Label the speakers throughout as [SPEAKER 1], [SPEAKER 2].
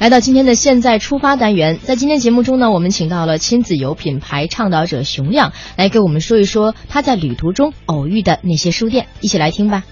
[SPEAKER 1] 来到今天的现在出发单元，在今天节目中呢，我们请到了亲子游品牌倡导者熊亮来给我们说一说他在旅途中偶遇的那些书店，一起来听吧。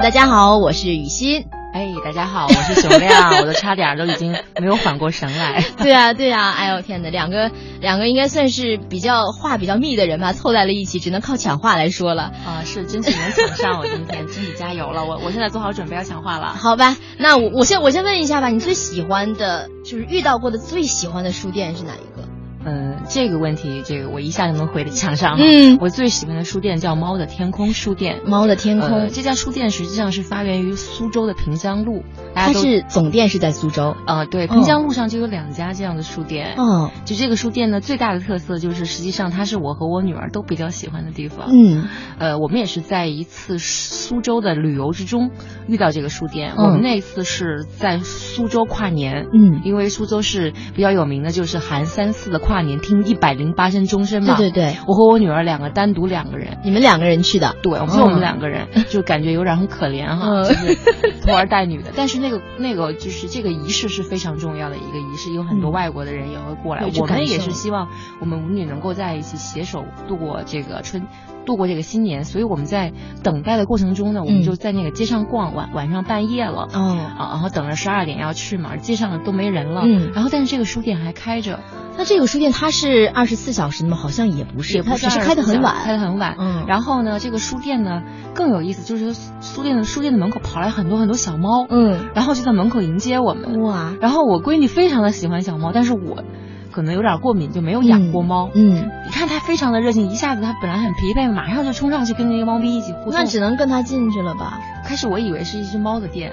[SPEAKER 1] 大家好，我是雨欣。
[SPEAKER 2] 哎，大家好，我是熊 亮，我都差点儿都已经没有缓过神来。
[SPEAKER 1] 对啊，对啊，哎呦天哪，两个两个应该算是比较话比较密的人吧，凑在了一起，只能靠抢话来说了。
[SPEAKER 2] 啊，是争取能抢上我今天，争取加油了，我我现在做好准备要抢话了。
[SPEAKER 1] 好吧，那我我先我先问一下吧，你最喜欢的就是遇到过的最喜欢的书店是哪一个？
[SPEAKER 2] 嗯，这个问题，这个我一下就能回的抢上哈。
[SPEAKER 1] 嗯
[SPEAKER 2] 我最喜欢的书店叫猫的天空书店。
[SPEAKER 1] 猫的天空，
[SPEAKER 2] 呃这家书店实际上是发源于苏州的平江路，
[SPEAKER 1] 它
[SPEAKER 2] 大家都
[SPEAKER 1] 是总店是在苏州。
[SPEAKER 2] 呃，对，平江路上就有两家这样的书店。
[SPEAKER 1] 哦，
[SPEAKER 2] 就这个书店呢，最大的特色就是，实际上它是我和我女儿都比较喜欢的地方。
[SPEAKER 1] 嗯，
[SPEAKER 2] 呃，我们也是在一次苏州的旅游之中遇到这个书店。
[SPEAKER 1] 嗯
[SPEAKER 2] 我们那次是在苏州跨年，
[SPEAKER 1] 嗯
[SPEAKER 2] 因为苏州是比较有名的，就是韩三四的跨年听一百零八声钟声
[SPEAKER 1] 对
[SPEAKER 2] 嘛。
[SPEAKER 1] 对对，
[SPEAKER 2] 我和我女儿两个单独两个人。
[SPEAKER 1] 你们两个人去的。
[SPEAKER 2] 对，我们就我们两个人，就感觉有点很可怜哈，
[SPEAKER 1] 嗯
[SPEAKER 2] 就是拖儿带女的。但是那个那个就是这个仪式是非常重要的一个仪式，有很多
[SPEAKER 1] 嗯
[SPEAKER 2] 外国的人也会过来，
[SPEAKER 1] 会去
[SPEAKER 2] 我们
[SPEAKER 1] 感
[SPEAKER 2] 也
[SPEAKER 1] 受
[SPEAKER 2] 是希望我们母女能够在一起携手度过这个春，度过这个新年。所以我们在等待的过程中呢，我
[SPEAKER 1] 嗯
[SPEAKER 2] 们就在那个街上逛，晚晚上半夜了。
[SPEAKER 1] 哦，
[SPEAKER 2] 啊，然后等着十二点要去嘛，街上都没人了。
[SPEAKER 1] 嗯
[SPEAKER 2] 然后但是这个书店还开着，
[SPEAKER 1] 那这个书店它是二十四小时的吗？好像也不是，
[SPEAKER 2] 也不
[SPEAKER 1] 它只是
[SPEAKER 2] 24
[SPEAKER 1] 开的很
[SPEAKER 2] 小时开
[SPEAKER 1] 晚。
[SPEAKER 2] 得很晚。
[SPEAKER 1] 嗯，后
[SPEAKER 2] 然后呢，这个书店呢更有意思，就是书店的书店的门口跑来很多很多小猫，
[SPEAKER 1] 嗯，
[SPEAKER 2] 然后就在门口迎接我们。
[SPEAKER 1] 哇，
[SPEAKER 2] 然后我闺女非常的喜欢小猫，但是我可能有点过敏，就没有养过猫。
[SPEAKER 1] 嗯，
[SPEAKER 2] 你看她非常的热情，一下子她本来很疲惫，马上就冲上去跟那个猫咪一起互动。
[SPEAKER 1] 那只能跟他进去了吧？
[SPEAKER 2] 开始我以为是一只猫的 店，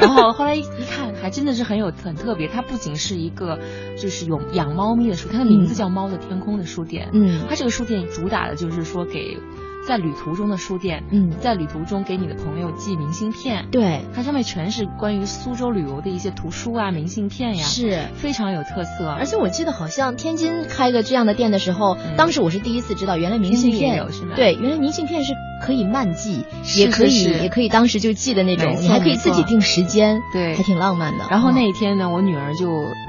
[SPEAKER 2] 然后后来一一看，还真的是很有很特别。它不仅是一个就是有养猫咪的书，它的名字叫《猫的天空》的书店。
[SPEAKER 1] 嗯
[SPEAKER 2] 它这个书店主打的就是说给在旅途中的书店，
[SPEAKER 1] 嗯，
[SPEAKER 2] 在旅途中给你的朋友寄明信片，
[SPEAKER 1] 对，
[SPEAKER 2] 它上面全是关于苏州旅游的一些图书啊、明信片呀，
[SPEAKER 1] 是。
[SPEAKER 2] 非常有特色。
[SPEAKER 1] 而且我记得好像天津开个这样的店的时候，
[SPEAKER 2] 嗯
[SPEAKER 1] 当时我是第一次知道，原来明信
[SPEAKER 2] 天津也
[SPEAKER 1] 片
[SPEAKER 2] 有是吗
[SPEAKER 1] 对，原来明信片是可以慢寄，
[SPEAKER 2] 是
[SPEAKER 1] 也可以
[SPEAKER 2] 是是
[SPEAKER 1] 也可以当时就寄的那种
[SPEAKER 2] 没，错
[SPEAKER 1] 你还可以自己定时间，
[SPEAKER 2] 对
[SPEAKER 1] 还挺浪漫的。
[SPEAKER 2] 然后那一天呢，我女儿就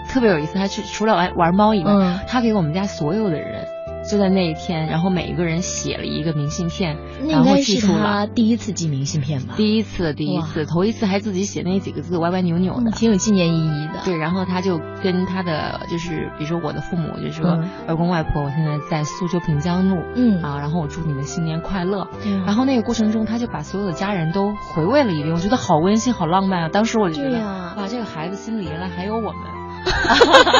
[SPEAKER 2] 特别有意思，她去除了玩玩猫以外，
[SPEAKER 1] 嗯
[SPEAKER 2] 她给我们家所有的人。就在那一天，然后每一个人写了一个明信片，
[SPEAKER 1] 嗯那
[SPEAKER 2] 然
[SPEAKER 1] 应
[SPEAKER 2] 后
[SPEAKER 1] 该
[SPEAKER 2] 寄
[SPEAKER 1] 是
[SPEAKER 2] 出了。
[SPEAKER 1] 他第一次寄明信片吧，
[SPEAKER 2] 第一次，第一次，头一次还自己写那几个字，歪歪扭扭的。
[SPEAKER 1] 嗯挺有纪念意义的。
[SPEAKER 2] 对，然后他就跟他的就是，比如说我的父母，就说、
[SPEAKER 1] 嗯
[SPEAKER 2] 外公外婆，我现在在苏州平江路，
[SPEAKER 1] 嗯
[SPEAKER 2] 啊，然后我祝你们新年快乐。
[SPEAKER 1] 嗯
[SPEAKER 2] 然后那个过程中，他就把所有的家人都回味了一遍，我觉得好温馨，好浪漫啊！当时我就觉
[SPEAKER 1] 对
[SPEAKER 2] 得，
[SPEAKER 1] 呀
[SPEAKER 2] 哇，这个孩子心里原来还有我们，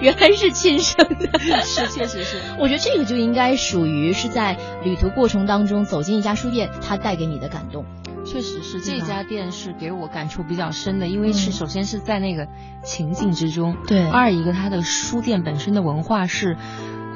[SPEAKER 1] 原来是亲生 的。
[SPEAKER 2] 是确实 是。
[SPEAKER 1] 我觉得这个就应该属于是在旅途过程当中走进一家书店，它带给你的感动。
[SPEAKER 2] 确实是
[SPEAKER 1] 对
[SPEAKER 2] 这
[SPEAKER 1] 吧
[SPEAKER 2] 家店是给我感触比较深的，因为是
[SPEAKER 1] 嗯
[SPEAKER 2] 首先是在那个情境之中，嗯
[SPEAKER 1] 对
[SPEAKER 2] 二一个它的书店本身的文化是，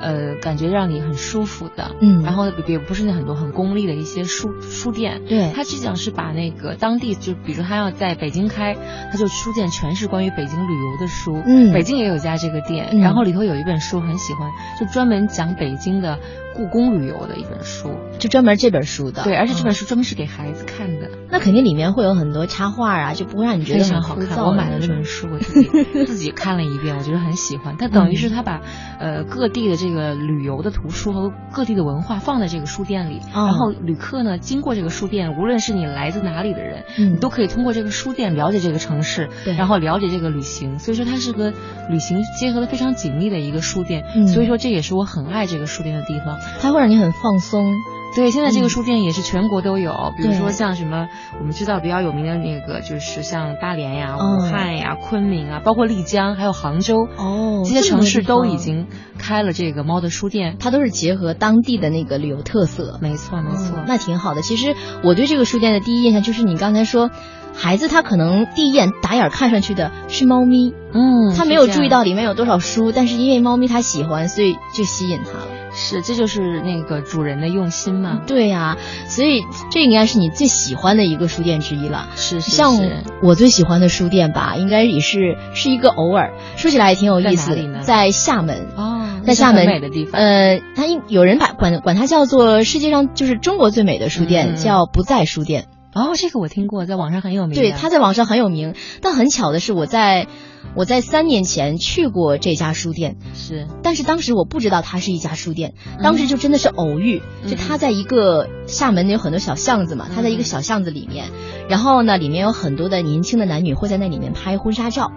[SPEAKER 2] 呃，感觉让你很舒服的，
[SPEAKER 1] 嗯
[SPEAKER 2] 然后也不是那很多很功利的一些书书店，
[SPEAKER 1] 对
[SPEAKER 2] 它实际上是把那个当地就比如他要在北京开，它就书店全是关于北京旅游的书，
[SPEAKER 1] 嗯
[SPEAKER 2] 北京也有家这个店，
[SPEAKER 1] 嗯
[SPEAKER 2] 然后里头有一本书很喜欢，就专门讲北京的故宫旅游的一本书，
[SPEAKER 1] 就专门这本书的。
[SPEAKER 2] 对，而且这
[SPEAKER 1] 嗯
[SPEAKER 2] 本书专门是给孩子看的。
[SPEAKER 1] 那肯定里面会有很多插画啊，就不会让你觉
[SPEAKER 2] 非
[SPEAKER 1] 得
[SPEAKER 2] 常
[SPEAKER 1] 很
[SPEAKER 2] 好
[SPEAKER 1] 枯
[SPEAKER 2] 看，
[SPEAKER 1] 燥。
[SPEAKER 2] 我买了那本
[SPEAKER 1] 书，
[SPEAKER 2] 书，我自己 自己看了一遍，我觉得很喜欢。它等于是它把呃各地的这个旅游的图书和各地的文化放在这个书店里，
[SPEAKER 1] 哦
[SPEAKER 2] 然后旅客呢经过这个书店，无论是你来自哪里的人，
[SPEAKER 1] 嗯
[SPEAKER 2] 你都可以通过这个书店了解这个城市，
[SPEAKER 1] 对
[SPEAKER 2] 然后了解这个旅行。所以说它是个旅行结合的非常紧密的一个书店，
[SPEAKER 1] 嗯
[SPEAKER 2] 所以说这也是我很爱这个书店的地方。
[SPEAKER 1] 它会让你很放松。
[SPEAKER 2] 对，现在这
[SPEAKER 1] 嗯
[SPEAKER 2] 个书店也是全国都有，比如
[SPEAKER 1] 对
[SPEAKER 2] 说像什么我们知道比较有名的那个，就是像大连呀、
[SPEAKER 1] 嗯
[SPEAKER 2] 武汉呀、昆明啊，包括丽江，还有杭州，
[SPEAKER 1] 哦
[SPEAKER 2] 这些
[SPEAKER 1] 这么多
[SPEAKER 2] 城市
[SPEAKER 1] 地方
[SPEAKER 2] 都已经开了这个猫的书店。
[SPEAKER 1] 它都是结合当地的那个旅游特色，
[SPEAKER 2] 没错，没错。
[SPEAKER 1] 嗯那挺好的。其实我对这个书店的第一印象就是你刚才说，孩子他可能第一眼打眼看上去的是猫咪，
[SPEAKER 2] 嗯，
[SPEAKER 1] 他
[SPEAKER 2] 是
[SPEAKER 1] 没有
[SPEAKER 2] 这样
[SPEAKER 1] 注意到里面有多少书，但是因为猫咪它喜欢，所以就吸引他了。
[SPEAKER 2] 是，这就是那个主人的用心嘛。
[SPEAKER 1] 对呀、所以这应该是你最喜欢的一个书店之一了。
[SPEAKER 2] 是是
[SPEAKER 1] 像
[SPEAKER 2] 是，
[SPEAKER 1] 我最喜欢的书店吧，应该也是是一个偶尔。说起来也挺有意思
[SPEAKER 2] 在哪里呢
[SPEAKER 1] 在厦门。
[SPEAKER 2] 哦，
[SPEAKER 1] 在厦门
[SPEAKER 2] 是很美的地方
[SPEAKER 1] 呃，它应有人把管管它叫做世界上就是中国最美的书店，
[SPEAKER 2] 嗯
[SPEAKER 1] 叫不在书店。
[SPEAKER 2] 哦，这个我听过，在网上很有名的。
[SPEAKER 1] 对，它在网上很有名。但很巧的是，我在我在三年前去过这家书店，
[SPEAKER 2] 是
[SPEAKER 1] 但是当时我不知道它是一家书店，当时就真的是偶遇，
[SPEAKER 2] 嗯
[SPEAKER 1] 就他在一个厦门有很多小巷子嘛，他在一个
[SPEAKER 2] 嗯
[SPEAKER 1] 小巷子里面，然后呢，里面有很多的年轻的男女会在那里面拍婚纱照，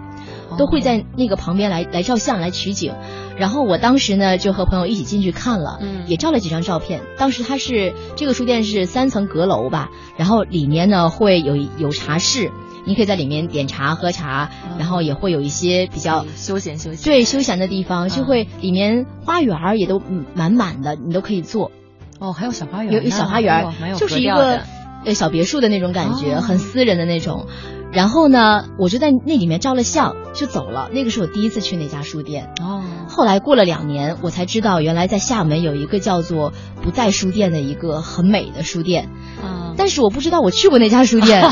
[SPEAKER 2] 哦
[SPEAKER 1] 都会在那个旁边来来照相来取景，然后我当时呢就和朋友一起进去看了。
[SPEAKER 2] 嗯
[SPEAKER 1] 也照了几张照片。当时它是这个书店是三层阁楼吧，然后里面呢会有有茶室，你可以在里面点茶喝茶，
[SPEAKER 2] 嗯
[SPEAKER 1] 然后也会有一些比较
[SPEAKER 2] 休闲休闲。
[SPEAKER 1] 对休闲的地方，就
[SPEAKER 2] 嗯
[SPEAKER 1] 会里面花园儿也都嗯满满的，你都可以坐，
[SPEAKER 2] 哦，还有小花园呢，
[SPEAKER 1] 有有小花园
[SPEAKER 2] 哇蛮有
[SPEAKER 1] 儿，就是
[SPEAKER 2] 格
[SPEAKER 1] 一
[SPEAKER 2] 调
[SPEAKER 1] 个
[SPEAKER 2] 的
[SPEAKER 1] 呃小别墅的那种感觉，
[SPEAKER 2] 哦
[SPEAKER 1] 很私人的那种。然后呢，我就在那里面照了相，就走了。那个是我第一次去那家书店。
[SPEAKER 2] 哦，
[SPEAKER 1] 后来过了两年，我才知道原来在厦门有一个叫做“不在书店”的一个很美的书店，
[SPEAKER 2] 啊，
[SPEAKER 1] 但是我不知道我去过那家书店。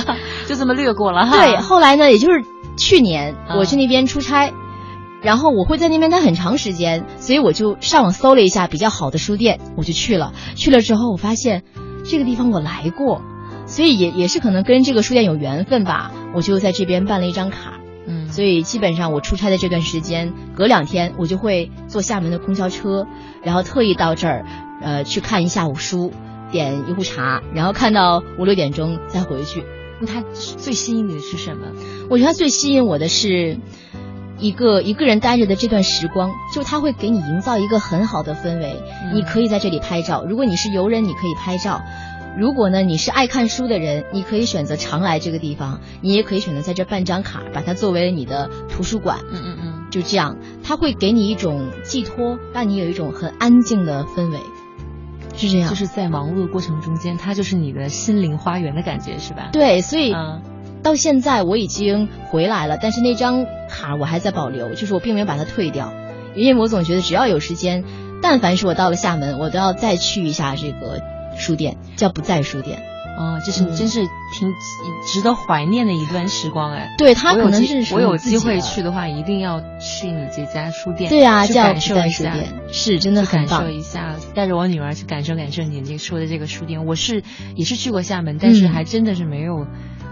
[SPEAKER 2] 就这么略过了哈。
[SPEAKER 1] 对，后来呢，也就是去年
[SPEAKER 2] 啊
[SPEAKER 1] 我去那边出差，然后我会在那边待很长时间，所以我就上网搜了一下比较好的书店，我就去了。去了之后，我发现这个地方我来过，所以也也是可能跟这个书店有缘分吧，我就在这边办了一张卡。
[SPEAKER 2] 嗯，
[SPEAKER 1] 所以基本上我出差的这段时间，隔两天我就会坐厦门的公交车，然后特意到这儿，呃，去看一下午书，点一壶茶，然后看到五六点钟再回去。
[SPEAKER 2] 以它最吸引你的是什么？
[SPEAKER 1] 我觉得它最吸引我的是一个一个人待着的这段时光，就它会给你营造一个很好的氛围。
[SPEAKER 2] 嗯
[SPEAKER 1] 你可以在这里拍照，如果你是游人，你可以拍照。如果呢，你是爱看书的人，你可以选择常来这个地方，你也可以选择在这办张卡，把它作为你的图书馆。
[SPEAKER 2] 嗯嗯嗯，
[SPEAKER 1] 就这样，它会给你一种寄托，让你有一种很安静的氛围，是这样。
[SPEAKER 2] 就是在忙碌的过程中间，它就是你的心灵花园的感觉，是吧？
[SPEAKER 1] 对，所以
[SPEAKER 2] 嗯
[SPEAKER 1] 到现在我已经回来了，但是那张卡我还在保留，就是我并没有把它退掉，因为我总觉得只要有时间，但凡是我到了厦门，我都要再去一下这个书店，叫不在书店。
[SPEAKER 2] 哦，这是
[SPEAKER 1] 嗯
[SPEAKER 2] 真是挺值得怀念的一段时光哎。
[SPEAKER 1] 对，它
[SPEAKER 2] 我有
[SPEAKER 1] 可能
[SPEAKER 2] 机
[SPEAKER 1] 是属于
[SPEAKER 2] 我有
[SPEAKER 1] 自己
[SPEAKER 2] 机会
[SPEAKER 1] 的
[SPEAKER 2] 去的话，一定要去你这家书店，
[SPEAKER 1] 对啊，
[SPEAKER 2] 去
[SPEAKER 1] 叫
[SPEAKER 2] 感
[SPEAKER 1] 不
[SPEAKER 2] 受
[SPEAKER 1] 在
[SPEAKER 2] 一
[SPEAKER 1] 书
[SPEAKER 2] 下
[SPEAKER 1] 店，是真的
[SPEAKER 2] 去感
[SPEAKER 1] 很
[SPEAKER 2] 受
[SPEAKER 1] 棒。
[SPEAKER 2] 一下，带着我女儿去感受感受你这说的这个书店。我是也是去过厦门，但是
[SPEAKER 1] 嗯
[SPEAKER 2] 还真的是没有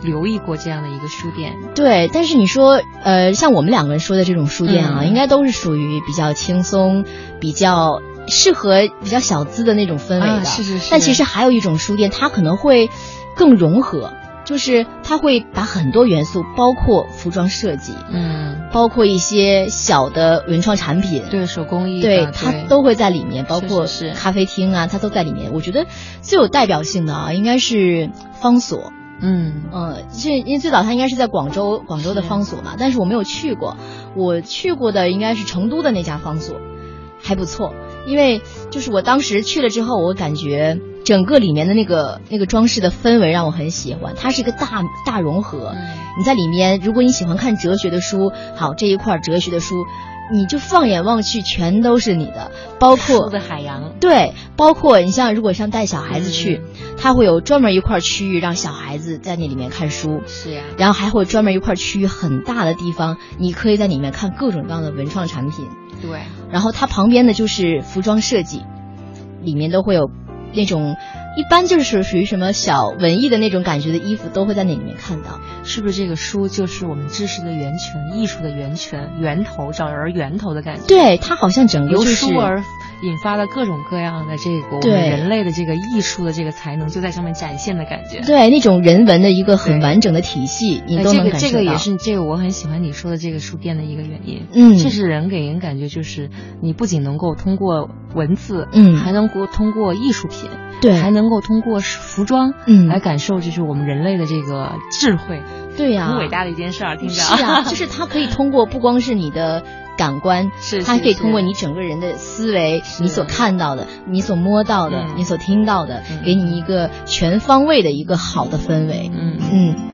[SPEAKER 2] 留意过这样的一个书店。
[SPEAKER 1] 对，但是你说，呃，像我们两个人说的这种书店啊，
[SPEAKER 2] 嗯
[SPEAKER 1] 应该都是属于比较轻松、比较适合比较小资的那种氛围的。
[SPEAKER 2] 啊，是是是。
[SPEAKER 1] 但其实还有一种书店，它可能会更融合，就是它会把很多元素，包括服装设计，
[SPEAKER 2] 嗯，
[SPEAKER 1] 包括一些小的文创产品，
[SPEAKER 2] 对手工艺吧，
[SPEAKER 1] 对，它
[SPEAKER 2] 对
[SPEAKER 1] 都会在里面，包
[SPEAKER 2] 是
[SPEAKER 1] 括
[SPEAKER 2] 是
[SPEAKER 1] 咖啡厅啊，它都在里面。我觉得最有代表性的啊，应该是方所，
[SPEAKER 2] 嗯
[SPEAKER 1] 嗯，这因为最早它应该是在广州，广州的
[SPEAKER 2] 是
[SPEAKER 1] 方所嘛，但是我没有去过，我去过的应该是成都的那家方所，还不错。因为就是我当时去了之后，我感觉整个里面的那个那个装饰的氛围让我很喜欢，它是一个大大融合。
[SPEAKER 2] 嗯
[SPEAKER 1] 你在里面，如果你喜欢看哲学的书，好这一块儿哲学的书，你就放眼望去全都是你的，包
[SPEAKER 2] 书
[SPEAKER 1] 括
[SPEAKER 2] 的海洋。
[SPEAKER 1] 对，包括你像如果像带小孩子去，
[SPEAKER 2] 嗯
[SPEAKER 1] 它会有专门一块区域让小孩子在那里面看书，
[SPEAKER 2] 是呀、
[SPEAKER 1] 然后还会有专门一块区域很大的地方，你可以在里面看各种各样的文创产品。
[SPEAKER 2] 对，
[SPEAKER 1] 然后它旁边呢就是服装设计，里面都会有那种一般就是属于什么小文艺的那种感觉的衣服，都会在那里面看到。
[SPEAKER 2] 是不是这个书就是我们知识的源泉、艺术的源泉、源头，找人源头的感觉？
[SPEAKER 1] 对，它好像整个
[SPEAKER 2] 由
[SPEAKER 1] 就是
[SPEAKER 2] 书而引发了各种各样的这个我们
[SPEAKER 1] 对
[SPEAKER 2] 人类的这个艺术的这个才能，就在上面展现的感觉。
[SPEAKER 1] 对那种人文的一个很
[SPEAKER 2] 对
[SPEAKER 1] 完整的体系，你
[SPEAKER 2] 哎
[SPEAKER 1] 都
[SPEAKER 2] 这
[SPEAKER 1] 能
[SPEAKER 2] 个
[SPEAKER 1] 感
[SPEAKER 2] 这
[SPEAKER 1] 受
[SPEAKER 2] 个
[SPEAKER 1] 到
[SPEAKER 2] 也。是这个我很喜欢你说的这个书店的一个原因。
[SPEAKER 1] 嗯
[SPEAKER 2] 这是人给人感觉就是你不仅能够通过文字，
[SPEAKER 1] 嗯
[SPEAKER 2] 还能够通过艺术品，
[SPEAKER 1] 对，
[SPEAKER 2] 还能够通过服装，
[SPEAKER 1] 嗯
[SPEAKER 2] 来感受就是我们人类的这个智慧，
[SPEAKER 1] 对呀、
[SPEAKER 2] 很伟大的一件事儿，听着
[SPEAKER 1] 啊是啊，就是它可以通过不光是你的感官，
[SPEAKER 2] 是
[SPEAKER 1] 它还可以通过
[SPEAKER 2] 是
[SPEAKER 1] 你整个人的思维，你所看到的、你所摸到的、
[SPEAKER 2] 嗯
[SPEAKER 1] 你所听到的
[SPEAKER 2] 嗯，
[SPEAKER 1] 给你一个全方位的一个好的氛围。
[SPEAKER 2] 嗯。
[SPEAKER 1] 嗯。